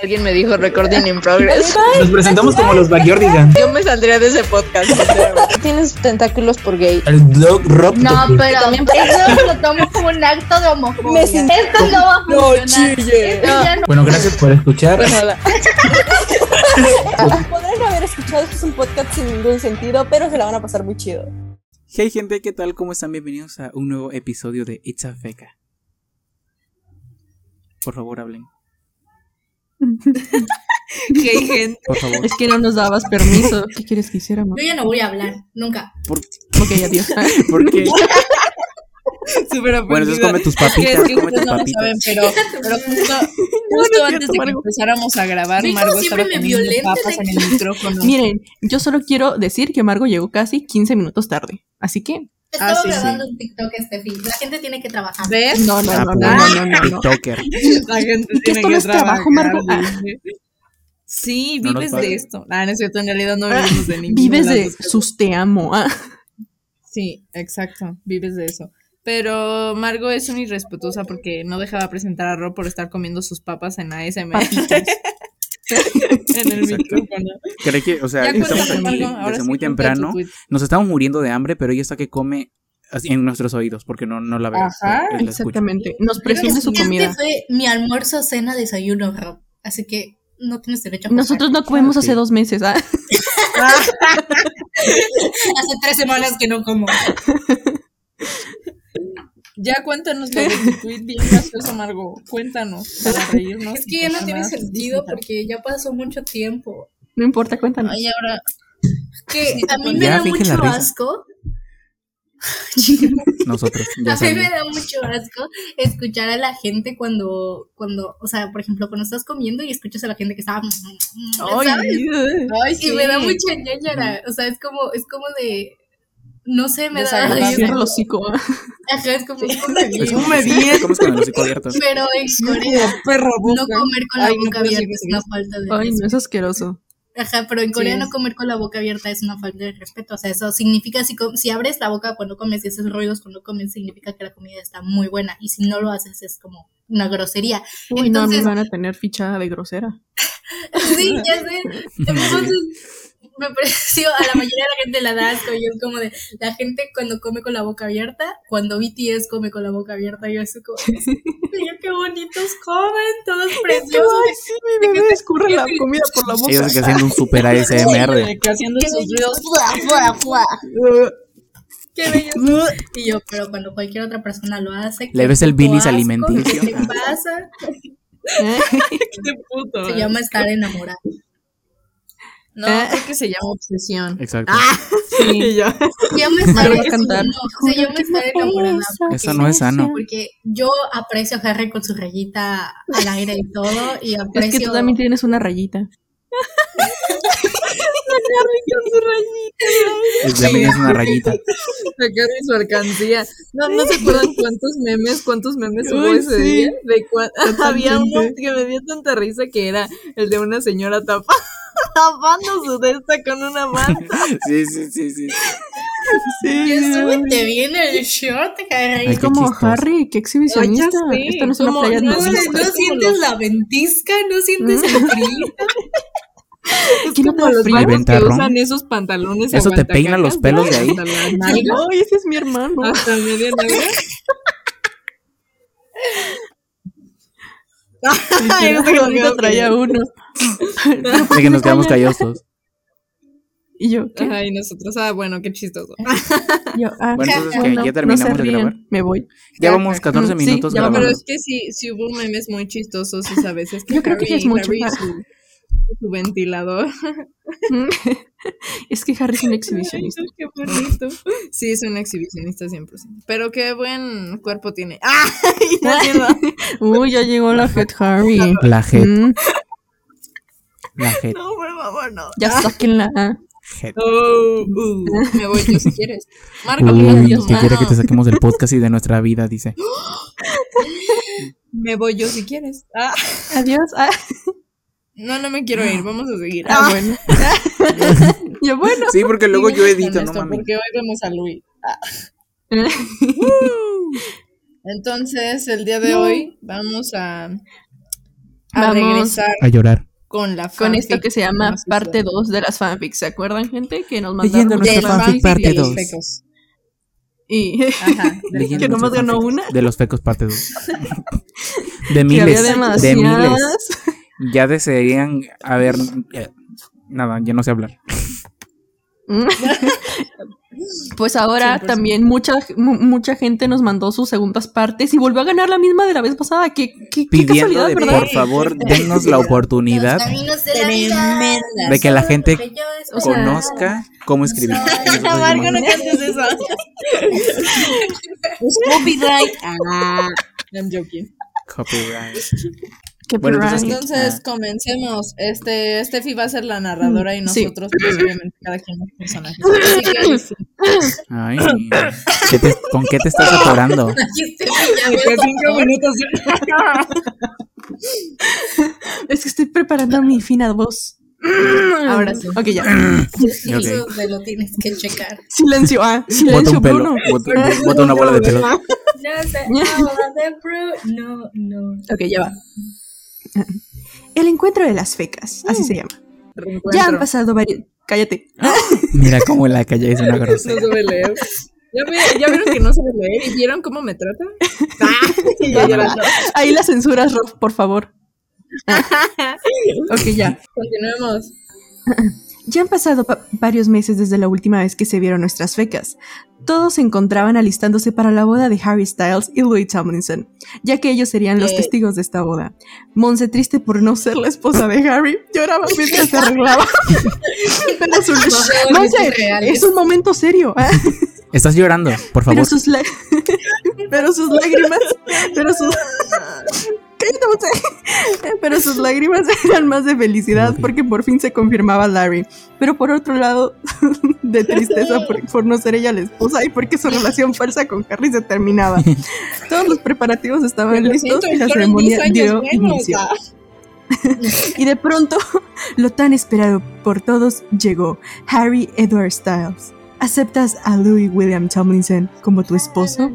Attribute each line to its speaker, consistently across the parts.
Speaker 1: Alguien me dijo recording in progress.
Speaker 2: Nos presentamos como los Backyardigans.
Speaker 1: Yo me saldría de ese podcast. sinceramente.
Speaker 3: Tienes tentáculos por gay.
Speaker 2: El blog rock.
Speaker 4: No,
Speaker 2: Doctor.
Speaker 4: pero
Speaker 3: También-
Speaker 4: eso lo tomo como un acto de homofobia.
Speaker 3: Me siento-
Speaker 4: Esto no va a funcionar. Esto ya no-
Speaker 2: Bueno, gracias por escuchar.
Speaker 1: Ojalá.
Speaker 3: Podrán haber escuchado que es un podcast sin ningún sentido, pero se la van a pasar muy chido.
Speaker 5: Hey gente, ¿qué tal? ¿Cómo están? Bienvenidos a un nuevo episodio de It's a Feca. Por favor, hablen.
Speaker 6: Hey, gente.
Speaker 5: Por favor.
Speaker 6: Es que no nos dabas permiso. ¿Qué quieres que hiciéramos?
Speaker 4: Yo ya no voy a hablar, nunca.
Speaker 5: Ah,
Speaker 6: Ok, adiós.
Speaker 7: Ah,
Speaker 5: ¿Por qué?
Speaker 6: Súper aprendida.
Speaker 5: Bueno, entonces come tus
Speaker 6: Es
Speaker 5: papitas,
Speaker 6: que
Speaker 5: come tus
Speaker 6: ustedes no lo saben,
Speaker 5: papitas.
Speaker 6: pero, pero justo, justo antes de que empezáramos a grabar,
Speaker 4: Sí, como
Speaker 6: Margo
Speaker 4: siempre
Speaker 6: estaba
Speaker 4: me
Speaker 6: poniendo
Speaker 4: violentas
Speaker 6: papas en
Speaker 4: aquí.
Speaker 6: el micrófono.
Speaker 7: Miren, yo solo quiero decir que Margo llegó casi 15 minutos tarde. Así que,
Speaker 4: Estaba
Speaker 6: sí, sí.
Speaker 4: grabando un TikTok este fin. La gente tiene que trabajar.
Speaker 6: ¿Ves?
Speaker 7: no, no,
Speaker 5: Ah,
Speaker 7: no, no, no, no, no, no.
Speaker 5: TikToker.
Speaker 6: La gente
Speaker 7: ¿Y que
Speaker 6: tiene
Speaker 7: esto no es trabajo, Margo?
Speaker 6: trabajar, dice. Sí,
Speaker 5: No nos
Speaker 6: vives
Speaker 5: pagan.
Speaker 6: de esto. Ah, no es cierto, en realidad no vivimos de ningún
Speaker 7: Vives de sus te amo. ah.
Speaker 6: Sí, exacto, vives de eso. Pero Margo es una irrespetuosa porque no dejaba presentar a Rob por estar comiendo sus papas en ASMR.
Speaker 4: Ah,
Speaker 6: en el
Speaker 5: Exacto.
Speaker 6: micrófono.
Speaker 5: Cree que, o sea,
Speaker 6: Ya
Speaker 5: estamos
Speaker 6: cuéntame,
Speaker 5: aquí
Speaker 6: Margo, ahora
Speaker 5: desde
Speaker 6: sí,
Speaker 5: muy
Speaker 6: cuenta tu
Speaker 5: temprano.
Speaker 6: tweet.
Speaker 5: Nos estamos muriendo de hambre, pero ella está que come así en nuestros oídos porque no, no la veo.
Speaker 6: Ajá,
Speaker 5: la escucho.
Speaker 7: Exactamente. Nos presume
Speaker 4: Este
Speaker 7: su comida.
Speaker 4: fue mi almuerzo, cena, desayuno, Rob. Así que no tienes derecho a
Speaker 7: Nosotros no comemos hace dos meses. ah.
Speaker 4: pasar. Hace tres semanas que no como.
Speaker 6: Ya cuéntanos lo de tu tweet bien gracioso, Margo. Cuéntanos para reírnos.
Speaker 4: Es que ya no
Speaker 6: Nada
Speaker 4: tiene
Speaker 6: más.
Speaker 4: sentido porque ya pasó mucho tiempo.
Speaker 7: No importa, cuéntanos.
Speaker 6: Ay, ahora.
Speaker 4: Que a mí me
Speaker 5: Ya,
Speaker 4: da
Speaker 5: finge la
Speaker 4: mucho
Speaker 5: risa.
Speaker 4: asco.
Speaker 5: Nosotros. ya
Speaker 4: A mí
Speaker 5: saben.
Speaker 4: me da mucho asco escuchar a la gente cuando, cuando, o sea, por ejemplo, cuando estás comiendo y escuchas a la gente que está, ¿sabes?
Speaker 6: Ay,
Speaker 4: Y me da mucha ñañara, o sea, es como, es como de, no sé, me da,
Speaker 6: Desagradable.
Speaker 7: Cierra el hocico. ah.
Speaker 4: ajá, es como,
Speaker 5: Es
Speaker 6: Un
Speaker 5: como que sí,
Speaker 6: mediano.
Speaker 5: comes con el hocico abierto.
Speaker 4: pero en Corea,
Speaker 6: Como perro
Speaker 4: no
Speaker 6: boca.
Speaker 4: comer con la
Speaker 6: Ay, no
Speaker 4: boca
Speaker 6: puedo
Speaker 4: abierta
Speaker 6: seguir,
Speaker 4: es una falta de
Speaker 7: Ay,
Speaker 4: respeto.
Speaker 7: no, es asqueroso.
Speaker 4: Ajá, pero en Corea
Speaker 6: Sí.
Speaker 4: no comer con la boca abierta es una falta de respeto. O sea, eso significa, si, com- si abres la boca cuando comes y haces ruidos cuando comes, significa que la comida está muy buena. Y si no lo haces, es como una grosería.
Speaker 7: Uy, no,
Speaker 4: Entonces-
Speaker 7: me van a tener fichada de grosera.
Speaker 4: Sí, ya sé. Entonces, me pareció, a la mayoría de la gente la da asco. Y es como de, la gente cuando come con la boca abierta, cuando BTS come con la boca abierta, yo así como, "Mira qué bonitos comen, todos preciosos.
Speaker 7: sí, mi bebé escurre
Speaker 4: la
Speaker 7: comida por la
Speaker 5: Ellos que haciendo un super ASMR. de-
Speaker 6: Que haciendo esos ruidos.
Speaker 4: Qué bellos. Y yo, pero cuando cualquier otra persona lo hace,
Speaker 5: Le
Speaker 4: qué
Speaker 5: ves el
Speaker 4: puto
Speaker 5: bilis
Speaker 4: asco,
Speaker 5: alimenticio.
Speaker 4: ¿Qué te pasa?
Speaker 6: Qué puto. eh.
Speaker 4: Se llama estar enamorada.
Speaker 6: No,
Speaker 4: Ah.
Speaker 6: creo que se llama obsesión.
Speaker 5: Exacto.
Speaker 6: Ah, Sí.
Speaker 4: Se llama estar
Speaker 7: Margo va a cantar.
Speaker 4: enamorada. Se llama estar enamorada. porque-
Speaker 5: Eso no es sano.
Speaker 4: Porque yo aprecio a Harry con su rayita al aire y todo. Y
Speaker 7: Es
Speaker 4: aprecio.
Speaker 7: que tú también tienes una rayita.
Speaker 5: El Flamin es una rayita.
Speaker 6: Sacar de su alcancía. No, no se acuerdan cuántos memes, cuántos memes hubo ese día. De cua- Había uno que me dio tanta risa que era el de una señora tapa- tapando su testa con una mano.
Speaker 5: Sí, sí, sí, sí.
Speaker 4: Que súbete bien el short, Harry.
Speaker 5: Ay,
Speaker 7: Es
Speaker 5: qué
Speaker 7: como
Speaker 5: chistoso.
Speaker 7: Harry, qué exhibicionista.
Speaker 6: Ay, ya sé.
Speaker 7: Esto no es una
Speaker 6: Como,
Speaker 7: playa
Speaker 6: no,
Speaker 4: No,
Speaker 6: sé,
Speaker 7: nudista.
Speaker 4: no sientes la ventisca, no sientes el frío.
Speaker 6: Es
Speaker 7: ¿Quién no
Speaker 6: como
Speaker 7: te
Speaker 6: los
Speaker 7: frío?
Speaker 6: vatos que
Speaker 5: ¿Leventarrón?
Speaker 6: usan esos pantalones.
Speaker 5: Eso te peina
Speaker 6: aguantacacas,
Speaker 5: los pelos de ahí.
Speaker 6: ¿no? Hasta la nalga,
Speaker 7: Ay, ese es mi hermano.
Speaker 6: hasta media nalga. Ay, no sé cómo me
Speaker 7: Ahorita
Speaker 6: va a
Speaker 7: traía uno.
Speaker 5: De que nos quedamos callados todos.
Speaker 7: Y yo, ¿qué?
Speaker 6: Ay, nosotros, ah, bueno, qué chistoso.
Speaker 7: Yo, ah,
Speaker 5: Bueno, entonces que
Speaker 7: bueno,
Speaker 5: ya
Speaker 7: no se
Speaker 5: terminamos de grabar.
Speaker 7: ríen, me voy.
Speaker 5: Ya vamos 14
Speaker 7: Mm, sí,
Speaker 5: minutos
Speaker 7: ya vamos.
Speaker 6: Pero
Speaker 5: grabando.
Speaker 6: es que sí, sí hubo memes muy chistosos y a veces. que
Speaker 7: Yo creo que ya es
Speaker 6: Harry-
Speaker 7: mucho.
Speaker 6: Harry y su, su ventilador.
Speaker 7: Es que Harry es un
Speaker 6: Ay,
Speaker 7: exhibicionista.
Speaker 6: no, qué bonito. Sí, es un exhibicionista 100%. Pero qué buen cuerpo tiene. ¡Ah! Ya llegó.
Speaker 7: Uy, ya llegó la Fed Harry.
Speaker 5: La jet,
Speaker 7: Mm,
Speaker 5: la jet,
Speaker 6: No, por favor, no.
Speaker 7: ya sáquenla. ah.
Speaker 5: jet.
Speaker 6: Oh, uh, me voy yo si quieres. Marco,
Speaker 5: Uy,
Speaker 6: Dios
Speaker 5: que quiere
Speaker 6: mío.
Speaker 5: que te saquemos del podcast y de nuestra vida, dice.
Speaker 6: Me voy yo si quieres. Ah,
Speaker 7: Adiós. Ah,
Speaker 6: no, no me quiero ir. Vamos a seguir.
Speaker 7: ah, bueno. Yo, bueno.
Speaker 5: Sí, porque luego yo edito,
Speaker 6: Con
Speaker 5: no
Speaker 6: esto,
Speaker 5: mames.
Speaker 6: Porque hoy vemos a Luis. Entonces, el día de hoy vamos a
Speaker 4: a
Speaker 7: Vamos.
Speaker 4: regresar
Speaker 8: a llorar.
Speaker 4: con la
Speaker 7: Con
Speaker 4: fanfic
Speaker 7: esto que se llama
Speaker 4: más
Speaker 7: parte
Speaker 4: usual.
Speaker 7: 2 de las fanfics. ¿Se acuerdan, gente? Que nos
Speaker 5: Leyendo
Speaker 7: mandaron
Speaker 4: de
Speaker 5: nuestra
Speaker 4: la
Speaker 5: fanfic
Speaker 4: fanfic
Speaker 5: parte
Speaker 4: de los
Speaker 5: dos.
Speaker 4: fecos.
Speaker 7: y
Speaker 4: Ajá. de
Speaker 5: Leyendo
Speaker 4: la
Speaker 7: que
Speaker 4: fanfic.
Speaker 7: nomás
Speaker 5: nuestra
Speaker 7: ganó
Speaker 5: fanfic
Speaker 7: una.
Speaker 5: De los fecos parte 2. De
Speaker 7: que había
Speaker 5: miles. De miles.
Speaker 7: demasiadas.
Speaker 5: Ya desearían haber. eh, Nada, ya no sé hablar.
Speaker 7: Pues ahora
Speaker 4: 100%.
Speaker 7: también mucha, mu- mucha gente nos mandó sus segundas partes y volvió a ganar la misma de la vez pasada. Qué, qué, qué
Speaker 5: Pidiendo
Speaker 7: casualidad,
Speaker 5: de
Speaker 7: ¿verdad?
Speaker 5: por favor, dennos la oportunidad
Speaker 4: Los caminos de la vida.
Speaker 5: de que la gente
Speaker 4: Lo que yo
Speaker 7: o sea,
Speaker 5: conozca cómo escribir. Y nosotros
Speaker 4: Marco, no
Speaker 5: llamando,
Speaker 4: cantes eso. Es copyright. Ah, I'm joking.
Speaker 5: Copyright.
Speaker 7: Qué
Speaker 5: Bueno, entonces,
Speaker 7: piranga.
Speaker 4: Entonces,
Speaker 5: Ah.
Speaker 4: comencemos. Este, Steffi va a ser la narradora y
Speaker 7: Sí.
Speaker 4: nosotros, pues, obviamente, cada quien los personajes. Así que, sí.
Speaker 5: Ay, ¿qué te- ¿Con qué te estás atorando?
Speaker 4: Aquí Steffi ya ves,
Speaker 3: cinco minutos.
Speaker 7: Es que estoy preparando mi fina voz. Ahora sí. Ok, ya.
Speaker 4: sí,
Speaker 5: Ok.
Speaker 4: eso te lo tienes que checar.
Speaker 7: Silencio. Ah,
Speaker 5: Bota
Speaker 7: silencio,
Speaker 5: un pelo.
Speaker 7: Bruno.
Speaker 5: Bota, bota una bola de pelo.
Speaker 4: No sé, habla de Bruno, no.
Speaker 7: Ok, ya va. El encuentro de las fecas, así se llama. Ya han pasado varios. Cállate.
Speaker 5: Mira cómo la calle es una grosera.
Speaker 6: No sabe leer. ¿Ya, vi- ya vieron que no sabe leer y vieron cómo me trata?
Speaker 4: Ah,
Speaker 6: Ah, y yo llorando.
Speaker 7: Ahí la censuras, Rob, por favor. ok, ya.
Speaker 6: Continuemos.
Speaker 7: Ya han pasado pa- varios meses desde la última vez que se vieron nuestras fecas. Todos se encontraban alistándose para la boda de Harry Styles y Louis Tomlinson, ya que ellos serían los testigos de esta boda. Monse, triste por no ser la esposa de Harry, lloraba mientras se arreglaba. Pero sus-
Speaker 4: No,
Speaker 7: Monse,
Speaker 4: es real.
Speaker 7: es un momento serio. ¿eh?
Speaker 5: Estás llorando,
Speaker 7: Pero
Speaker 5: por favor.
Speaker 7: sus, lá- pero sus lágrimas, pero sus... Cállate, Monse. Pero sus lágrimas eran más de felicidad porque por fin se confirmaba Larry. Pero por otro lado, de tristeza por, por no ser ella la esposa y porque su relación falsa con Harry se terminaba. Todos los preparativos estaban listos y la ceremonia dio inicio. Y de pronto, lo tan esperado por todos llegó. Harry Edward Styles. ¿Aceptas a Louis William Tomlinson como tu esposo?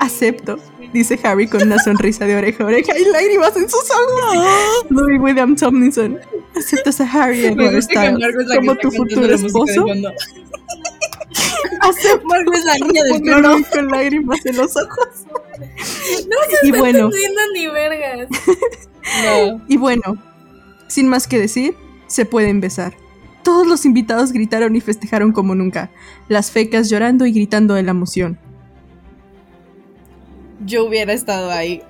Speaker 7: Acepto, dice Harry con una sonrisa de oreja a oreja y lágrimas en sus ojos. Louis William Tomlinson, ¿aceptas a Harry Edward Styles como tu futuro esposo? Acepto. Margo es la niña del con lágrimas en los ojos. y bueno,
Speaker 4: entiendo ni vergas.
Speaker 7: Y bueno, sin más que decir, se pueden besar. Todos los invitados gritaron y festejaron como nunca, las fecas llorando y gritando de la emoción.
Speaker 4: Yo hubiera estado ahí.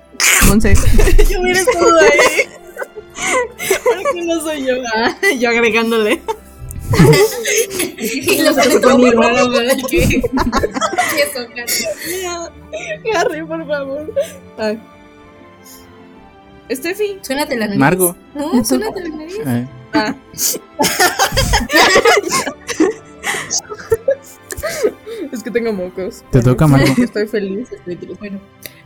Speaker 7: Monse,
Speaker 4: Yo hubiera estado ahí. Porque no soy yo. Ah, yo agregándole. y lo que como raro, ¿verdad? ¿Qué? Eso,
Speaker 6: Harry, por favor. Ay. Steffi.
Speaker 4: Suénate la nariz.
Speaker 5: Margo.
Speaker 4: No, suénate la nariz.
Speaker 5: eh,
Speaker 6: Es que tengo mocos.
Speaker 5: Te toca, Margo.
Speaker 6: Estoy feliz, estoy triste.
Speaker 4: Bueno.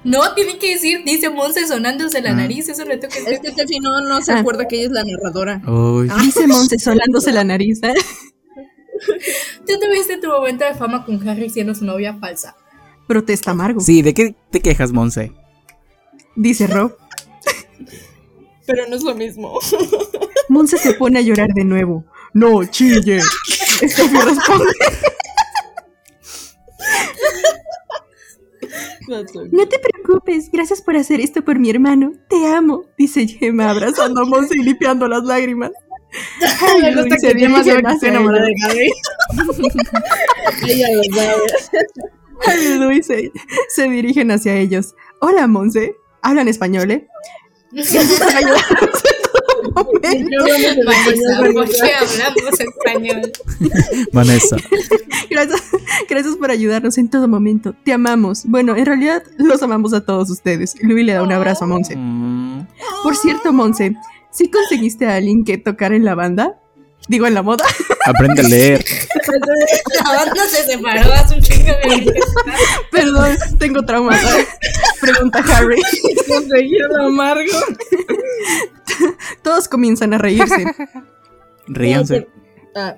Speaker 4: No, tiene que decir, dice Monse sonándose la
Speaker 5: Ah.
Speaker 4: nariz, eso le toca
Speaker 6: Es
Speaker 4: decir.
Speaker 6: que Steffi no, no se
Speaker 7: Ah.
Speaker 6: acuerda que ella es la narradora.
Speaker 5: Uy,
Speaker 7: dice Monse solándose la nariz. ¿eh?
Speaker 4: Tú tuviste tu momento de fama con Harry siendo su novia falsa.
Speaker 7: Protesta Margo.
Speaker 5: Sí, ¿de qué te quejas, Monse?
Speaker 7: Dice Rob.
Speaker 6: Pero no es lo mismo.
Speaker 7: Monse se pone a llorar de nuevo. No, chille. Steffi responde.
Speaker 6: No, Steffi.
Speaker 7: No te preocupes, gracias por hacer esto por mi hermano. Te amo, dice Gemma abrazando a Monse y limpiando las lágrimas. Harry y Louis se dirigen hacia ella.
Speaker 6: Ella lo sabe.
Speaker 7: Harry y Louis se, se dirigen hacia ellos. Hola, Monse. Hablan español, ¿eh? Empiezan a llorar en todo momento.
Speaker 4: Vanessa, ¿por qué hablamos español?
Speaker 5: Vanessa.
Speaker 7: Gracias, gracias por ayudarnos en todo momento. Te amamos. Bueno, en realidad los amamos a todos ustedes. Louis le da un abrazo a Monse.
Speaker 5: Mm,
Speaker 7: Por cierto, Monse, ¿sí conseguiste a alguien que tocar en la banda? Digo, en la moda.
Speaker 5: aprende a leer.
Speaker 4: La banda se separó hace un chingo de años.
Speaker 7: Perdón, tengo trauma. Pregunta Harry.
Speaker 6: Conseguirlo amargo.
Speaker 7: Todos comienzan a reírse.
Speaker 5: Ríanse.
Speaker 6: Ah.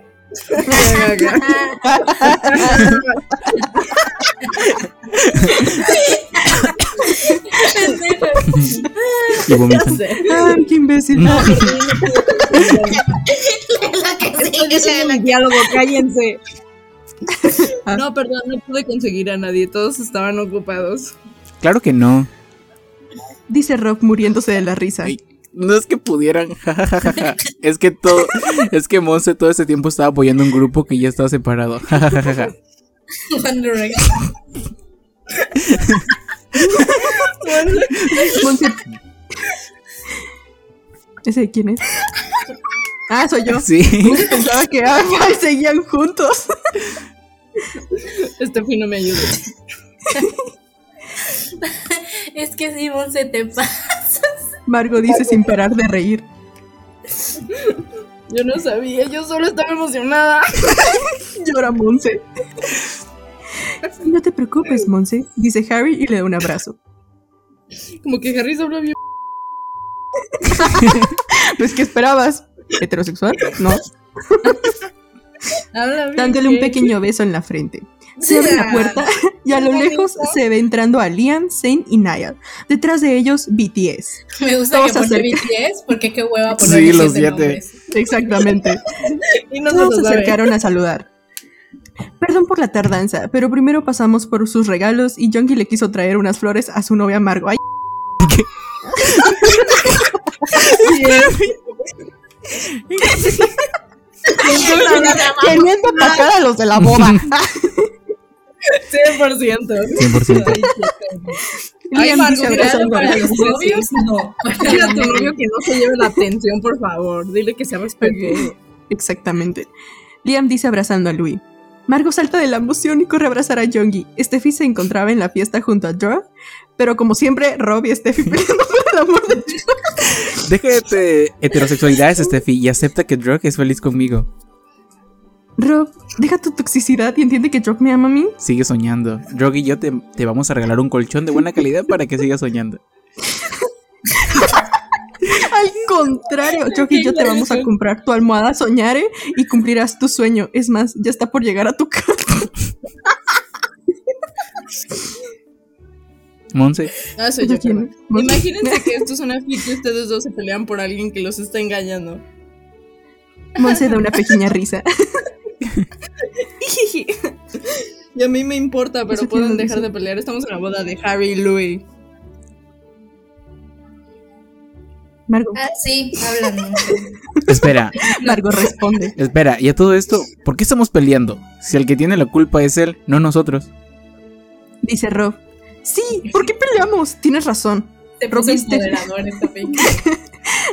Speaker 4: Pendeja.
Speaker 5: Y vomitan.
Speaker 7: Ay, qué imbécil.
Speaker 4: La que
Speaker 6: Estoy
Speaker 4: sigue, la-
Speaker 6: diciendo el diálogo, cállense. No, perdón, no pude conseguir a nadie, todos estaban ocupados.
Speaker 5: Claro que no.
Speaker 7: Dice Rob muriéndose de la risa.
Speaker 5: Ay, No es que pudieran, jajajaja. Es que todo, es que Monse todo ese tiempo estaba apoyando un grupo que ya estaba separado. jajajaja.
Speaker 4: One Direction.
Speaker 7: Monse- ¿Ese de quién es? Ah, soy yo.
Speaker 5: Sí.
Speaker 7: Pensaba que ah, ay, seguían juntos.
Speaker 6: Estefi no me ayudó.
Speaker 4: Es que sí, Monse, te pasa.
Speaker 7: Margo dice sin parar de reír.
Speaker 6: Yo no sabía, yo solo estaba emocionada.
Speaker 7: Llora Monse. No te preocupes, Monse, dice Harry y le da un abrazo.
Speaker 6: Como que Harry se habló bien.
Speaker 7: Pues, ¿qué esperabas? ¿Heterosexual? No.
Speaker 6: Habla bien,
Speaker 7: Dándole un
Speaker 6: ¿qué?
Speaker 7: pequeño beso en la frente. Se abre la puerta y a lo lejos se ve entrando a Liam, Zane y Niall. Detrás de ellos, BTS.
Speaker 4: Me gusta
Speaker 7: Todos
Speaker 4: que pone
Speaker 7: acerca-
Speaker 4: BTS porque qué hueva
Speaker 5: Sí,
Speaker 4: poner
Speaker 5: los siete.
Speaker 7: Exactamente.
Speaker 6: Y no
Speaker 7: Todos
Speaker 6: se
Speaker 7: se
Speaker 6: lo sabe.
Speaker 7: acercaron a saludar. Perdón por la tardanza, pero primero pasamos por sus regalos y Junkie le quiso traer unas flores a su novia Margo. Ay, teniendo atacada a los de la boda.
Speaker 6: 100%.
Speaker 5: 100%.
Speaker 7: Liam
Speaker 6: ¿regalo
Speaker 7: dice abrazando a
Speaker 6: para
Speaker 7: Margo.
Speaker 6: los novios? No. Dile a tu novio que no se lleve la atención, por favor. Dile que sea respetuoso.
Speaker 7: Exactamente. Liam dice abrazando a Louis. Margo salta de la emoción y corre a abrazar a Jungi. Steffi se encontraba en la fiesta junto a Joe, pero como siempre, Rob y Steffi peleando por el amor de
Speaker 5: Déjate de heterosexualidades, Steffi, y acepta que Drog es feliz conmigo.
Speaker 7: Rob, deja tu toxicidad y entiende que Joe me ama a mí.
Speaker 5: Sigue soñando. Drog y yo te, te vamos a regalar un colchón de buena calidad para que sigas soñando.
Speaker 7: Al contrario, yo y yo te vamos a comprar tu almohada soñare y cumplirás tu sueño. Es más, ya está por llegar a tu casa.
Speaker 5: Monse,
Speaker 6: Ah, soy
Speaker 7: Yo
Speaker 6: yo. perdón.
Speaker 7: quiero- Monse.
Speaker 6: Imagínense que esto es una fiesta y ustedes dos se pelean por alguien que los está engañando.
Speaker 7: Monse da una pequeña risa.
Speaker 6: Y a mí me importa, pero
Speaker 7: Eso
Speaker 6: pueden
Speaker 7: tiene-
Speaker 6: dejar de pelear. Estamos en la boda de Harry y Louis.
Speaker 7: Margo,
Speaker 4: Ah, sí, hablan.
Speaker 5: espera,
Speaker 7: Margo responde.
Speaker 5: espera, y a todo esto, ¿por qué estamos peleando? Si el que tiene la culpa es él, no nosotros.
Speaker 7: Dice Rob. Sí, ¿por qué peleamos? Tienes razón.
Speaker 4: Te
Speaker 7: Rob
Speaker 4: puso
Speaker 7: y
Speaker 4: el
Speaker 7: Steffi.
Speaker 4: moderador esta pic.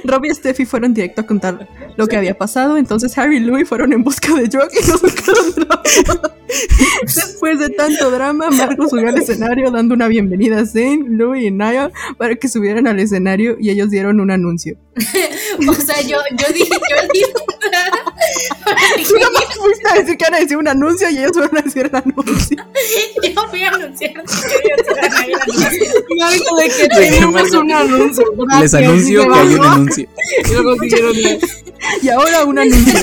Speaker 7: Rob y Steffi fueron directo a contar lo que había pasado, entonces Harry y Louis fueron en busca de Jock y nos sacaron de la boda. Después de tanto drama, Marco subió al escenario dando una bienvenida a Zane, Louis y Niall para que subieran al escenario y ellos dieron un anuncio.
Speaker 4: O sea, yo, yo dije, yo dije.
Speaker 7: Tú nada más fuiste a decir que iban a decir un anuncio y ellos fueron a decir el anuncio.
Speaker 4: Yo voy a anunciar que quería hacer a Navidad.
Speaker 6: Algo de que
Speaker 5: tenemos un
Speaker 6: anuncio.
Speaker 5: Les anuncio que hay un anuncio.
Speaker 6: Y luego dijeron,
Speaker 7: Y ahora un anuncio.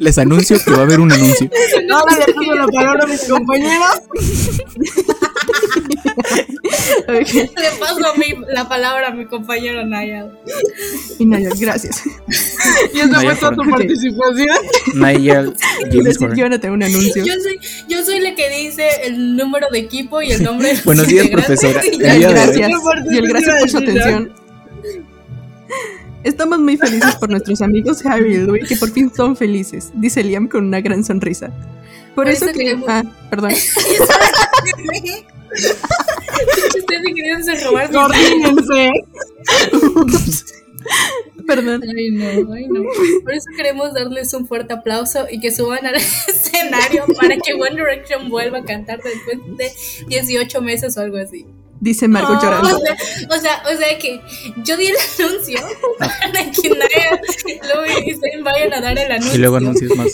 Speaker 5: Les anuncio que va a haber un anuncio.
Speaker 6: ahora le paso la palabra a mis compañeros.
Speaker 7: Ok.
Speaker 4: Le paso mi- la palabra a mi compañero Nayal.
Speaker 7: Y Niall, gracias.
Speaker 6: Y eso
Speaker 5: Vaya
Speaker 6: fue toda tu
Speaker 5: forma.
Speaker 6: participación.
Speaker 5: Nigel James
Speaker 7: Decir,
Speaker 5: Horner.
Speaker 7: yo no tengo un anuncio.
Speaker 4: Yo soy, yo soy la que dice el número de equipo y el nombre de los
Speaker 5: Buenos días,
Speaker 4: integrantes
Speaker 5: profesora.
Speaker 4: y
Speaker 5: El
Speaker 4: ya.
Speaker 7: Y
Speaker 5: día
Speaker 7: el
Speaker 5: de hoy.
Speaker 7: gracias. Y el gracias por su atención. Estamos muy felices por nuestros amigos Harry y Louis, que por fin son felices, dice Liam con una gran sonrisa. Por,
Speaker 4: Por
Speaker 7: eso,
Speaker 4: eso
Speaker 7: que.
Speaker 4: queremos-
Speaker 7: Ah, perdón.
Speaker 4: Ustedes me querían robar mi-
Speaker 6: Coordínense.
Speaker 7: Perdón.
Speaker 4: Ay, no, ay, no. Por eso queremos darles un fuerte aplauso y que suban al escenario para que One Direction vuelva a cantar después de 18 meses o algo así.
Speaker 7: Dice Margo
Speaker 4: O sea,
Speaker 7: llorando.
Speaker 4: o sea, o sea que yo di el anuncio
Speaker 5: Ah.
Speaker 4: para que Naya, Louis y Zayn vayan a dar el anuncio.
Speaker 5: Y luego anuncios más.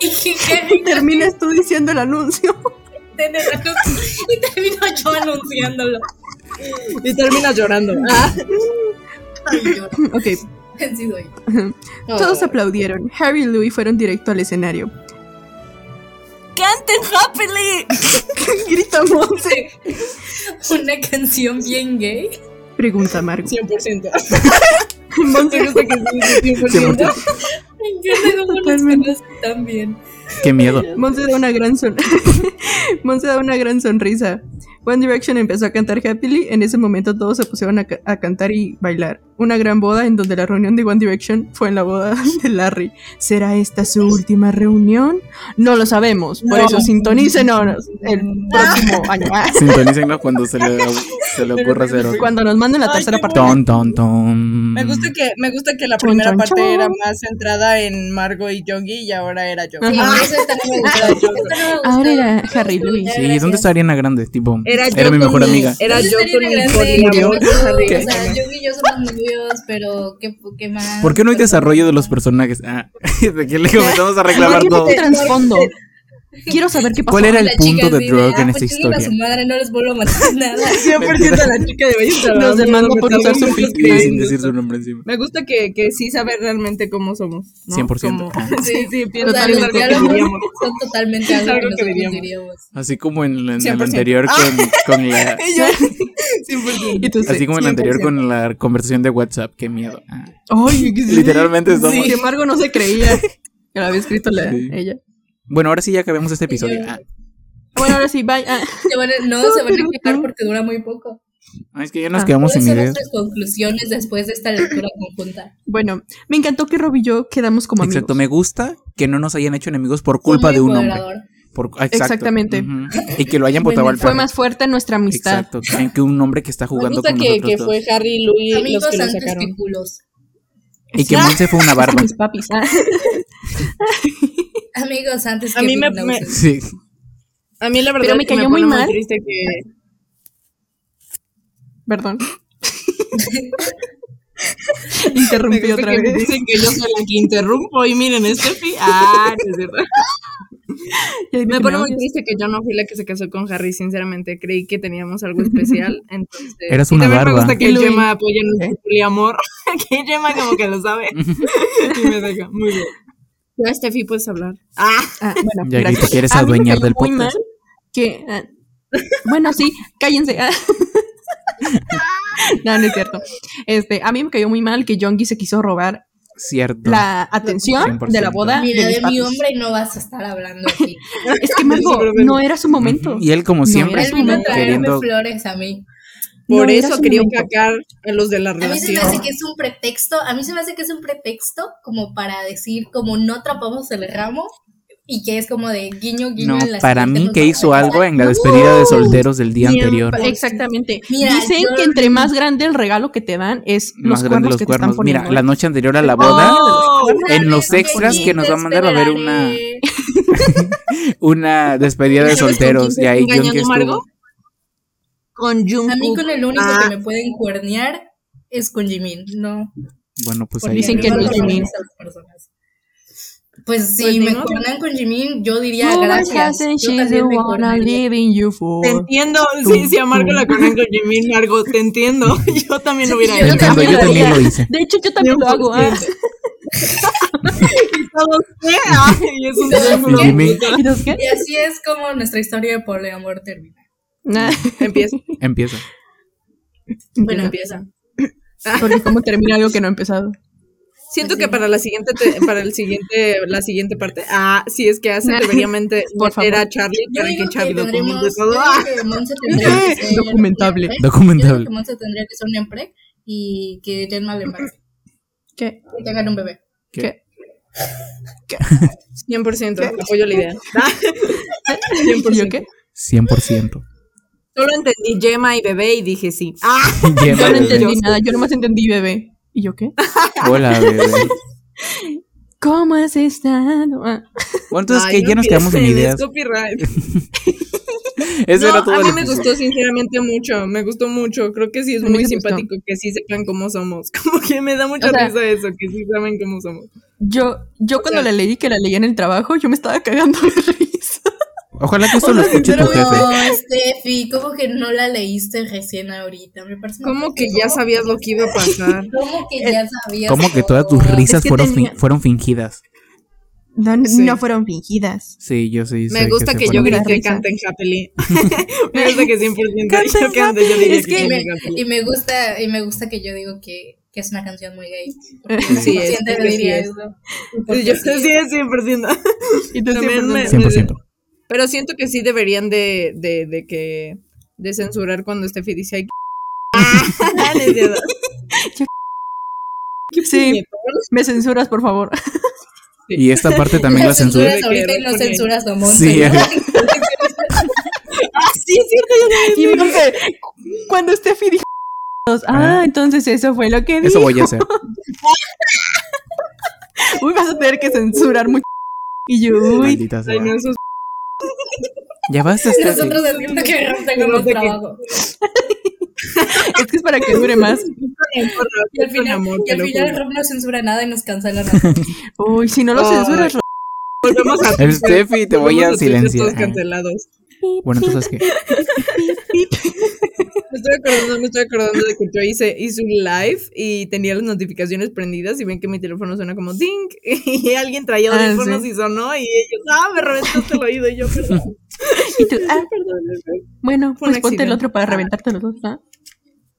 Speaker 4: Y que Kevin
Speaker 7: Terminas tú diciendo el anuncio.
Speaker 4: den el anuncio. Y termino yo anunciándolo.
Speaker 6: Y termina llorando.
Speaker 4: Ay, yo
Speaker 7: ok.
Speaker 4: sí soy.
Speaker 6: Ah,
Speaker 7: Todos aplaudieron. Harry y Louis fueron directo al escenario.
Speaker 3: ¡Canten happily!
Speaker 7: Grita Monse.
Speaker 4: Una canción bien gay.
Speaker 7: Pregunta Margo.
Speaker 6: 100%.
Speaker 7: Monse,
Speaker 6: Tengo que decir 100%.
Speaker 4: Me encanta cómo las
Speaker 7: Totalmente.
Speaker 4: conoces tan bien.
Speaker 5: Qué miedo.
Speaker 7: Monse da una gran son- Monse da una gran sonrisa. One Direction empezó a cantar Happily. En ese momento todos se pusieron a, ca- a cantar y bailar. Una gran boda en donde la reunión de One Direction fue en la boda de Larry. ¿Será esta su última reunión? No lo sabemos. Por eso sintonícenos el próximo año. Ah,
Speaker 5: Sintonícenlo cuando se le, se le ocurra hacerlo.
Speaker 7: Cuando nos manden la
Speaker 6: Ay,
Speaker 7: tercera
Speaker 6: qué
Speaker 7: parte.
Speaker 5: Ton, ton, ton.
Speaker 6: Me gusta que, me gusta que la
Speaker 7: Chon,
Speaker 6: primera
Speaker 7: chon,
Speaker 6: parte
Speaker 7: chon.
Speaker 6: era más centrada en Margo y Yogi y ahora era Yogi.
Speaker 7: Ajá.
Speaker 4: Sí, esta no me gustó, esta no me gustó.
Speaker 7: Ahora era Harry Louis.
Speaker 5: Sí, ¿dónde está Ariana Grande? Tipo,
Speaker 6: Era,
Speaker 5: era,
Speaker 6: yo
Speaker 5: mi
Speaker 6: con
Speaker 5: mejor amiga.
Speaker 6: Era
Speaker 4: Entonces,
Speaker 6: yo con
Speaker 4: Ariana
Speaker 6: mi
Speaker 4: Grande,
Speaker 6: poliamor.
Speaker 4: yo- O sea, yo y yo somos novios, pero qué, qué más.
Speaker 5: ¿Por qué no hay desarrollo de los personajes? Ah, ¿de qué le comenzamos a reclamar
Speaker 7: ¿Por qué no
Speaker 5: todo?
Speaker 7: te trasfondo? Quiero saber qué pasó.
Speaker 5: ¿Cuál era el
Speaker 4: La chica
Speaker 5: punto de
Speaker 4: así
Speaker 5: Drog
Speaker 4: ah,
Speaker 5: en
Speaker 4: pues
Speaker 5: esta
Speaker 4: chinguen a
Speaker 5: historia?
Speaker 4: su madre, no les vuelvo a matar nada.
Speaker 6: 100% la chica de Bellas
Speaker 7: Nos demanda por usar su
Speaker 5: Sí,
Speaker 7: Crimen.
Speaker 5: sin decir su nombre encima.
Speaker 6: Me gusta que, que sí saber realmente cómo somos. ¿no?
Speaker 5: 100%.
Speaker 7: Ah.
Speaker 6: Como- sí, sí,
Speaker 4: O
Speaker 6: pienso
Speaker 4: sea,
Speaker 6: que es
Speaker 4: los
Speaker 6: algo que
Speaker 4: diálogos
Speaker 6: diríamos.
Speaker 4: son totalmente
Speaker 6: Es
Speaker 4: algo que
Speaker 6: algo que
Speaker 4: nosotros
Speaker 6: diríamos.
Speaker 4: diríamos.
Speaker 5: Así como en, la- en el
Speaker 6: 100%.
Speaker 5: anterior con, con la...
Speaker 6: Y yo- 100%.
Speaker 7: Y tú sí.
Speaker 5: Así como en el anterior con la conversación de WhatsApp. Qué miedo. Ah,
Speaker 7: Ay, que sí.
Speaker 5: Literalmente estamos...
Speaker 7: Sin embargo, no se creía que lo había escrito la-
Speaker 5: Sí.
Speaker 7: ella.
Speaker 5: Bueno, ahora sí ya acabemos este episodio. Ah,
Speaker 7: Bueno, ahora sí, bye. Ah,
Speaker 4: Se van a- no, se van a quejar porque dura muy poco.
Speaker 5: ah, es que ya nos
Speaker 7: Ah.
Speaker 5: quedamos
Speaker 4: ¿Cuáles
Speaker 5: sin
Speaker 4: son
Speaker 5: ideas.
Speaker 4: nuestras conclusiones después de esta lectura conjunta?
Speaker 7: bueno, me encantó que Rob y yo quedamos como amigos.
Speaker 5: Exacto, me gusta que no nos hayan hecho enemigos por culpa
Speaker 4: Fue muy
Speaker 5: de un hombre.
Speaker 4: empoderador.
Speaker 5: Por- ah, exacto.
Speaker 7: Exactamente.
Speaker 5: Ujú. Y que lo hayan botado al
Speaker 7: Fue
Speaker 5: perro.
Speaker 7: más fuerte nuestra amistad.
Speaker 5: Exacto, que- que un hombre que está
Speaker 6: Me
Speaker 5: jugando
Speaker 6: gusta
Speaker 5: con
Speaker 6: que,
Speaker 5: nosotros
Speaker 6: que
Speaker 5: dos.
Speaker 6: fue Harry y Louis los
Speaker 4: Amigos
Speaker 6: que lo
Speaker 4: antes
Speaker 6: sacaron.
Speaker 4: que culos.
Speaker 5: Y que Monse fue una barba.
Speaker 7: Mis papis. Ah,
Speaker 4: Amigos antes que
Speaker 6: A mí me-
Speaker 4: culos.
Speaker 6: me-
Speaker 5: Sí.
Speaker 6: A mí la verdad
Speaker 7: Pero me
Speaker 6: es que
Speaker 7: cayó
Speaker 6: pone
Speaker 7: muy mal.
Speaker 6: triste que
Speaker 7: perdón. Interrumpí
Speaker 6: me gusta
Speaker 7: otra
Speaker 6: que me
Speaker 7: vez.
Speaker 6: dicen que yo soy la que interrumpo y miren este fi- Ah, no es cierto.
Speaker 7: Ya dije
Speaker 6: Me
Speaker 7: que
Speaker 6: pone
Speaker 7: me
Speaker 6: muy
Speaker 7: odias.
Speaker 6: triste que yo no fui la que se casó con Harry, sinceramente. Creí que teníamos algo especial. Entonces,
Speaker 5: Eras
Speaker 6: Y
Speaker 5: una
Speaker 6: también
Speaker 5: barba.
Speaker 6: Me gusta que
Speaker 7: Y Louis. ¿Eh?
Speaker 6: Gemma apoya nuestro poliamor. que Gemma como que lo sabe. y me deja. Muy bien. Ya, Steffi, puedes hablar. Ah,
Speaker 7: Ah, bueno,
Speaker 5: Ya que
Speaker 7: gracias.
Speaker 5: te quieres
Speaker 7: A mí me
Speaker 5: adueñar
Speaker 7: cayó
Speaker 5: del
Speaker 7: muy
Speaker 5: podcast.
Speaker 7: mal que- ah, bueno, sí, cállense. Ah. No, no es cierto. Este, a mí me cayó muy mal que Jongi se quiso robar
Speaker 5: Cierto.
Speaker 7: la atención de la boda. de
Speaker 4: Mira, de,
Speaker 7: mis
Speaker 4: mi
Speaker 7: papis.
Speaker 4: hombre no vas a estar hablando aquí.
Speaker 7: Es que Margo,
Speaker 6: Pero-
Speaker 7: no era su momento.
Speaker 5: Y él, como
Speaker 7: No,
Speaker 5: siempre,
Speaker 4: Él vino a traerme
Speaker 5: queriendo.
Speaker 4: flores a mí.
Speaker 6: por
Speaker 7: No, era
Speaker 6: eso
Speaker 7: su
Speaker 6: quería
Speaker 7: momento.
Speaker 6: cacar a los de la
Speaker 4: A mí se me hace
Speaker 6: relación.
Speaker 4: que es un pretexto, a mí se me hace que es un pretexto como para decir como no atrapamos el ramo y que es como de guiño guiño
Speaker 5: No,
Speaker 4: en la
Speaker 5: para
Speaker 4: siguiente
Speaker 5: mí
Speaker 4: nos
Speaker 5: que
Speaker 4: vamos a
Speaker 5: hizo
Speaker 4: casar.
Speaker 5: algo en la
Speaker 4: No,
Speaker 5: despedida de solteros del día
Speaker 6: Siempre.
Speaker 5: anterior.
Speaker 7: Exactamente.
Speaker 4: Mira,
Speaker 7: Dicen
Speaker 4: yo-
Speaker 7: que entre más grande el regalo que te dan es los
Speaker 5: Más grande
Speaker 7: cuernos
Speaker 5: los
Speaker 7: que te están
Speaker 5: cuernos.
Speaker 7: poniendo.
Speaker 5: Mira, la noche anterior a la boda, en los extras que nos va a mandar va a haber una,
Speaker 4: Esperaré.
Speaker 5: una despedida de solteros. Y ahí
Speaker 6: ¿Engañando
Speaker 5: John que
Speaker 6: a Margo?
Speaker 5: estuvo.
Speaker 6: Con
Speaker 4: A mí
Speaker 6: Jungkook.
Speaker 4: con el único
Speaker 6: Ah.
Speaker 4: que me pueden cuernear es con Jimin, no.
Speaker 5: Bueno, pues
Speaker 4: Porque
Speaker 5: ahí.
Speaker 7: Dicen que
Speaker 4: no
Speaker 7: no es
Speaker 4: conozco
Speaker 7: Jimin.
Speaker 4: a esas personas. Pues si
Speaker 6: Pues ni
Speaker 4: me
Speaker 6: modo.
Speaker 4: cuernan con Jimin, yo diría
Speaker 7: No,
Speaker 4: gracias.
Speaker 7: Hassan,
Speaker 4: Yo
Speaker 7: she's the
Speaker 4: también
Speaker 7: one
Speaker 4: me
Speaker 7: I'm
Speaker 4: cuernearía.
Speaker 7: leaving you for.
Speaker 6: Te entiendo, sí, sí, a Margo la conozco, con Jimmy, Margo, te entiendo. Yo también lo hubiera
Speaker 5: Te
Speaker 6: hecho.
Speaker 5: entiendo, yo
Speaker 7: lo
Speaker 5: también
Speaker 7: haría.
Speaker 5: lo hice.
Speaker 7: De hecho, yo también lo hago. ah.
Speaker 6: Y todos, ¿qué? Ay, es un círculo.
Speaker 5: Jimmy
Speaker 7: Ah, ¿Y dos qué?
Speaker 4: Y así es como nuestra historia de poliamor termina.
Speaker 7: Nah.
Speaker 6: Empieza.
Speaker 5: empieza.
Speaker 4: Bueno, empieza.
Speaker 7: Porque cómo termina algo que no ha empezado.
Speaker 6: Siento que para la siguiente, te- para el siguiente, la siguiente parte, ah, si es que hace deberíamente
Speaker 7: Por
Speaker 6: meter a Charlie
Speaker 4: Yo
Speaker 6: para que
Speaker 4: digo que
Speaker 6: Charlie documente
Speaker 4: tendremos.
Speaker 6: todo.
Speaker 4: yo
Speaker 6: Ah,
Speaker 4: digo que Monse tendría que ser-
Speaker 7: Documentable.
Speaker 4: Yo digo
Speaker 5: Documentable.
Speaker 4: que Monse tendría que ser un empre y que Gemma le embarace.
Speaker 7: ¿Qué?
Speaker 4: Y tengan un bebé.
Speaker 5: ¿Qué?
Speaker 7: ¿Qué?
Speaker 6: 100%, apoyo la idea. Ah,
Speaker 7: ¿Y yo qué?
Speaker 5: 100%.
Speaker 6: Solo entendí Gemma y bebé y dije sí. Ah,
Speaker 5: Bien,
Speaker 7: Yo no
Speaker 5: bebé.
Speaker 7: entendí nada, yo nomás entendí bebé. ¿Y yo qué?
Speaker 5: Hola, bebé.
Speaker 7: ¿Cómo has estado? Ah.
Speaker 5: Bueno, entonces
Speaker 6: Ay,
Speaker 5: que
Speaker 6: no
Speaker 5: ya nos quedamos sin
Speaker 6: empieces,
Speaker 5: ideas.
Speaker 6: copyright.
Speaker 5: Eso
Speaker 6: No,
Speaker 5: era todo
Speaker 6: a
Speaker 5: el
Speaker 6: mí me
Speaker 5: episodio.
Speaker 6: gustó sinceramente mucho, me gustó mucho, creo que sí es
Speaker 7: A mí
Speaker 6: muy
Speaker 7: sí me gustó.
Speaker 6: simpático que sí sepan cómo somos, como que me da mucha
Speaker 7: O sea-
Speaker 6: risa eso, que sí saben cómo somos.
Speaker 7: Yo, yo cuando la leí, que la leí en el trabajo, yo me estaba cagando de risa.
Speaker 5: Ojalá que esto lo escuche tu jefe.
Speaker 4: No, Steffi, ¿cómo que no la leíste recién ahorita? Me parece
Speaker 6: ¿Cómo que ya Eh, sabías lo que iba a pasar?
Speaker 4: ¿Cómo que ya sabías?
Speaker 5: Como que
Speaker 4: todo?
Speaker 5: todas tus
Speaker 7: Es
Speaker 5: risas
Speaker 7: que
Speaker 5: fueron,
Speaker 7: tenía-
Speaker 5: fin- fueron fingidas.
Speaker 7: No, no-
Speaker 6: Sí.
Speaker 7: no fueron fingidas.
Speaker 5: Sí, yo sí.
Speaker 6: Me gusta que, yo
Speaker 7: fueron.
Speaker 6: grite y
Speaker 7: Risa.
Speaker 6: canten happily. me gusta que 100%
Speaker 7: Canten
Speaker 6: yo, canto, yo diría
Speaker 7: Es
Speaker 6: que,
Speaker 7: que-
Speaker 6: canten
Speaker 4: me-
Speaker 6: happily.
Speaker 4: Y me gusta, y me gusta que yo digo que, que es una canción muy gay.
Speaker 6: Sí, es,
Speaker 4: Siempre
Speaker 6: es que sí
Speaker 4: diría
Speaker 6: es.
Speaker 4: eso.
Speaker 6: Yo sí es 100%.
Speaker 7: Y tú
Speaker 6: También
Speaker 7: siempre-
Speaker 6: me-
Speaker 5: 100%.
Speaker 6: Pero siento que sí deberían de, de, de que de censurar cuando esté Fidicia y Ah,
Speaker 7: Sí, me censuras, por favor.
Speaker 5: Y esta parte también la
Speaker 4: Lo
Speaker 5: censura.
Speaker 4: censuras ahorita y no
Speaker 6: Porque-
Speaker 4: censuras a Monse.
Speaker 5: Sí, eh.
Speaker 4: ¿no?
Speaker 7: Y me dice, cuando Steffi dijo... Ah, entonces eso fue lo que
Speaker 5: eso
Speaker 7: dijo.
Speaker 5: voy a hacer.
Speaker 7: Uy, vas a tener que censurar mucho. Y yo, uy,
Speaker 5: Maldita sea.
Speaker 6: Ay, no, eso es-
Speaker 5: Ya basta, Steffi.
Speaker 4: Nosotros haciendo que rompemos
Speaker 6: Fíjate que-
Speaker 4: trabajo.
Speaker 7: es que es para que dure más.
Speaker 4: Y al
Speaker 6: con
Speaker 4: final,
Speaker 6: amor,
Speaker 4: y al
Speaker 6: te lo
Speaker 4: final
Speaker 6: juro.
Speaker 4: Rob no censura nada y nos cancela nada.
Speaker 7: Uy, si no lo
Speaker 6: Ay.
Speaker 7: censuras, Ro-
Speaker 6: Volvemos a
Speaker 5: El Steffi, te voy a
Speaker 6: volvemos Twitter
Speaker 5: silenciar.
Speaker 6: Todos cancelados.
Speaker 5: Bueno, entonces que
Speaker 6: Me estoy acordando, me estoy acordando de que yo hice, hice un live y tenía las notificaciones prendidas y ven que mi teléfono suena como ding y alguien traía
Speaker 7: Ah,
Speaker 6: audífonos
Speaker 7: sí.
Speaker 6: y sonó y ellos, ah, me reventaste el oído y yo, perdón.
Speaker 7: y tú, ah, bueno,
Speaker 6: Fue un
Speaker 7: pues ponte el
Speaker 6: accidente.
Speaker 7: otro para reventarte los dos, ¿no?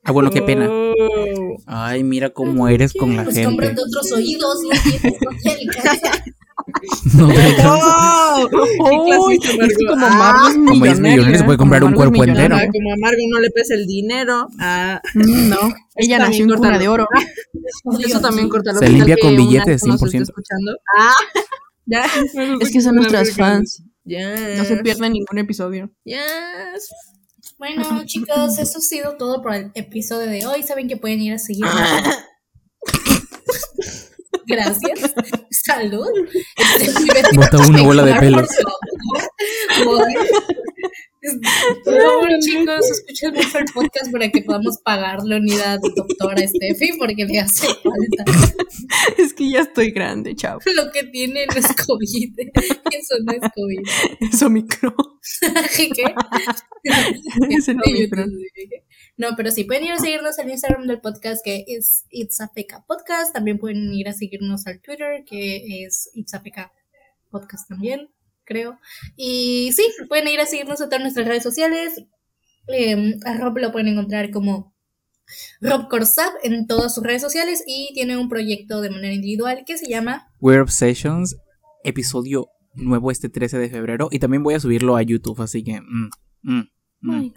Speaker 5: Ah, bueno, qué pena.
Speaker 6: Oh.
Speaker 5: Ay, mira cómo eres con la
Speaker 4: Pues
Speaker 5: gente.
Speaker 4: cómprate otros oídos, no tienes, no te alcanza.
Speaker 5: No te alcanza.
Speaker 6: ¡Oh!
Speaker 7: Uy,
Speaker 6: ¡Qué clasista,
Speaker 7: es que
Speaker 6: Margot!
Speaker 7: como
Speaker 6: Ah,
Speaker 7: Marvel es
Speaker 5: Como es millonaria,
Speaker 7: millonaria,
Speaker 5: se puede comprar
Speaker 7: como
Speaker 5: un
Speaker 7: Marvel
Speaker 5: cuerpo
Speaker 7: es
Speaker 5: entero.
Speaker 6: ah,
Speaker 7: millonaria.
Speaker 6: como a Margo no le pesa el dinero. Ah,
Speaker 7: Mm, No, ella
Speaker 6: Está
Speaker 7: nació
Speaker 6: bien
Speaker 7: en cuna de
Speaker 6: cortado.
Speaker 7: oro.
Speaker 9: Eso también corta
Speaker 5: Se limpia con billetes, 100%.
Speaker 9: escuchando.
Speaker 6: ya.
Speaker 7: Es que son nuestras fans.
Speaker 6: Ya.
Speaker 7: No se pierden ningún episodio.
Speaker 6: Yes.
Speaker 4: Bueno, chicos, eso ha sido todo por el episodio de hoy. Saben que pueden ir a seguir. Gracias. Salud. Este,
Speaker 5: Bota una bola de pelos.
Speaker 4: Por favor. Por favor, chicos, escuchen mucho el podcast para que podamos pagar la unidad doctora Steffi porque le hace falta.
Speaker 7: Es que ya estoy grande, chao.
Speaker 4: Lo que tiene no es COVID. Eso no es COVID.
Speaker 7: Es Omicron.
Speaker 4: ¿Qué?
Speaker 7: Es el
Speaker 4: Sí, yo
Speaker 7: Omicron.
Speaker 4: te dije. No, pero sí, pueden ir a seguirnos al Instagram del podcast que es It's Afeca Podcast. También pueden ir a seguirnos al Twitter que es It's Afeca Podcast también, creo. Y sí, pueden ir a seguirnos a todas nuestras redes sociales. Eh, a Rob lo pueden encontrar como Rob Corsab en todas sus redes sociales y tiene un proyecto de manera individual que se llama
Speaker 5: We're Obsessions, episodio nuevo este 13 de febrero. Y también voy a subirlo a YouTube, así que. mm, mm,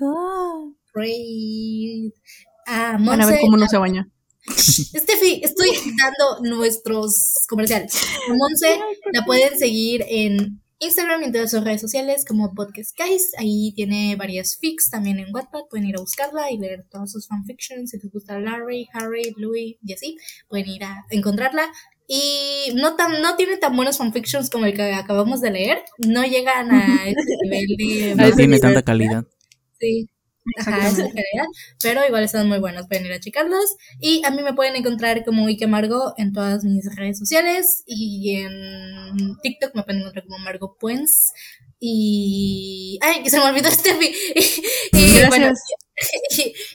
Speaker 7: Oh
Speaker 5: mm.
Speaker 4: Raid. Ah,
Speaker 7: Van a
Speaker 4: Monse,
Speaker 7: ver cómo no se baña.
Speaker 4: Steffi, estoy dando nuestros comerciales. A Monse la pueden seguir en Instagram y en todas sus redes sociales como Podcast Guys. Ahí tiene varias fics también en Wattpad. Pueden ir a buscarla y leer todas sus fanfictions. Si les gusta Larry, Harry, Louis y así, pueden ir a encontrarla. Y no, tan, no tiene tan buenos fanfictions como el que acabamos de leer. No llegan a ese nivel de...
Speaker 5: No tiene tanta calidad.
Speaker 4: Sí. Ajá, eso es general, pero igual están muy buenos, pueden ir a checarlos. Y a mí me pueden encontrar como Ike Margo en todas mis redes sociales y en TikTok me pueden encontrar como Margo Puens. Y. ¡Ay! Que se me olvidó Steffi. Y, y bueno,
Speaker 7: Gracias.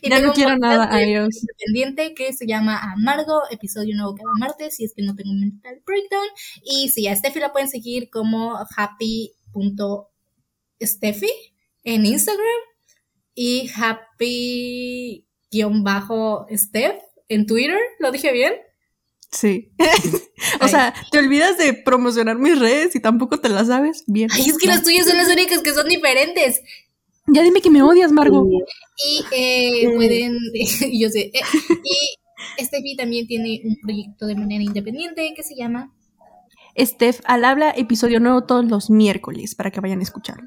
Speaker 4: y- y
Speaker 7: Ya
Speaker 4: tengo
Speaker 7: no
Speaker 4: un
Speaker 7: quiero
Speaker 4: podcast
Speaker 7: nada.
Speaker 4: de-
Speaker 7: Adiós.
Speaker 4: independiente que se llama Amargo, episodio nuevo cada martes, si es que no tengo un mental breakdown. Y si a Steffi la pueden seguir como happy.steffi en Instagram y happy-steph en Twitter, ¿lo dije bien?
Speaker 7: Sí. o
Speaker 4: Ay.
Speaker 7: sea, te olvidas de promocionar mis redes y tampoco te las sabes. Bien.
Speaker 4: Ay, es que las tuyas son las únicas que son diferentes.
Speaker 7: Ya dime que me odias, Margo.
Speaker 4: Uh. Y
Speaker 7: Mm.
Speaker 4: eh, pueden, yo sé, eh, y Steffi también tiene un proyecto de manera independiente que se llama
Speaker 7: Steph al habla, episodio nuevo todos los miércoles para que vayan a escuchar.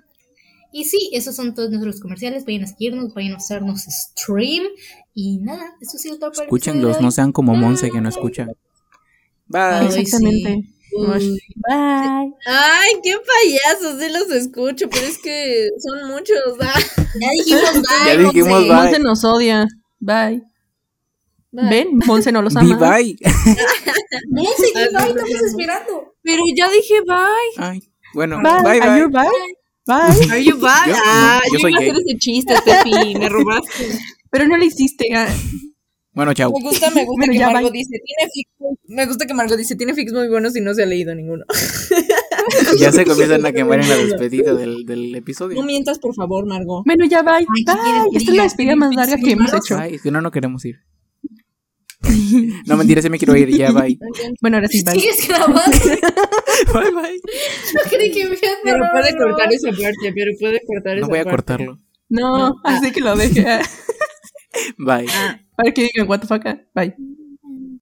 Speaker 4: Y sí, esos son todos nuestros comerciales. Vayan a seguirnos, vayan a hacernos stream. Y nada, eso ha sido todo por el episodio
Speaker 5: Escúchenlos,
Speaker 4: de hoy.
Speaker 5: no sean como Monse que no escucha.
Speaker 6: Bye.
Speaker 4: Ay,
Speaker 7: Exactamente.
Speaker 6: Uy.
Speaker 7: Bye.
Speaker 6: Ay, qué payasos, sí los escucho, pero es que son muchos. ah.
Speaker 4: Ya dijimos bye.
Speaker 5: Ya dijimos
Speaker 4: Monse.
Speaker 5: bye.
Speaker 7: Monse nos odia. Bye. Ven, Monse no los
Speaker 5: Bye
Speaker 7: ama.
Speaker 5: bye.
Speaker 4: Monse, di
Speaker 6: Ah, no,
Speaker 4: bye,
Speaker 6: no,
Speaker 4: estamos
Speaker 6: no.
Speaker 4: esperando.
Speaker 9: Pero ya dije bye.
Speaker 5: Ay, bueno,
Speaker 7: Bye.
Speaker 5: bye
Speaker 7: Are
Speaker 5: bye.
Speaker 7: you bye? Bye.
Speaker 6: Are you bad?
Speaker 5: Yo- no,
Speaker 6: ah,
Speaker 5: yo
Speaker 6: yo,
Speaker 5: soy
Speaker 6: iba
Speaker 5: gay.
Speaker 6: a hacer ese chiste, Steffi, me robaste.
Speaker 7: Pero no le hiciste. ah.
Speaker 5: Bueno, chao.
Speaker 6: Me gusta, me gusta
Speaker 7: Bueno,
Speaker 6: que
Speaker 7: ya,
Speaker 6: Margo
Speaker 7: bye.
Speaker 6: dice, tiene fix, me gusta que Margo dice, tiene fix muy buenos y no se ha leído ninguno.
Speaker 5: Ya se comienzan a quemar en la despedida del, del episodio.
Speaker 6: No mientas, por favor, Margot.
Speaker 7: Bueno, ya bye.
Speaker 4: Ay, ¿qué quieres
Speaker 7: Bye. Esta
Speaker 4: que
Speaker 7: es la
Speaker 4: diga?
Speaker 7: despedida más larga que hemos hecho.
Speaker 5: Ay, es que no, no queremos ir. No, mentira, sí me quiero ir, ya, bye.
Speaker 7: Bueno, ahora sí, bye.
Speaker 4: ¿Sigues grabando?
Speaker 5: Bye, bye.
Speaker 4: No creí que me iba a
Speaker 6: Pero puede
Speaker 4: grabar.
Speaker 6: cortar esa parte, pero puede cortar esa
Speaker 5: No voy a
Speaker 6: parte.
Speaker 5: cortarlo.
Speaker 7: No, así que lo ah. dejé.
Speaker 5: Bye.
Speaker 6: Ah.
Speaker 7: Para que digan, what the fuck. ah. Bye.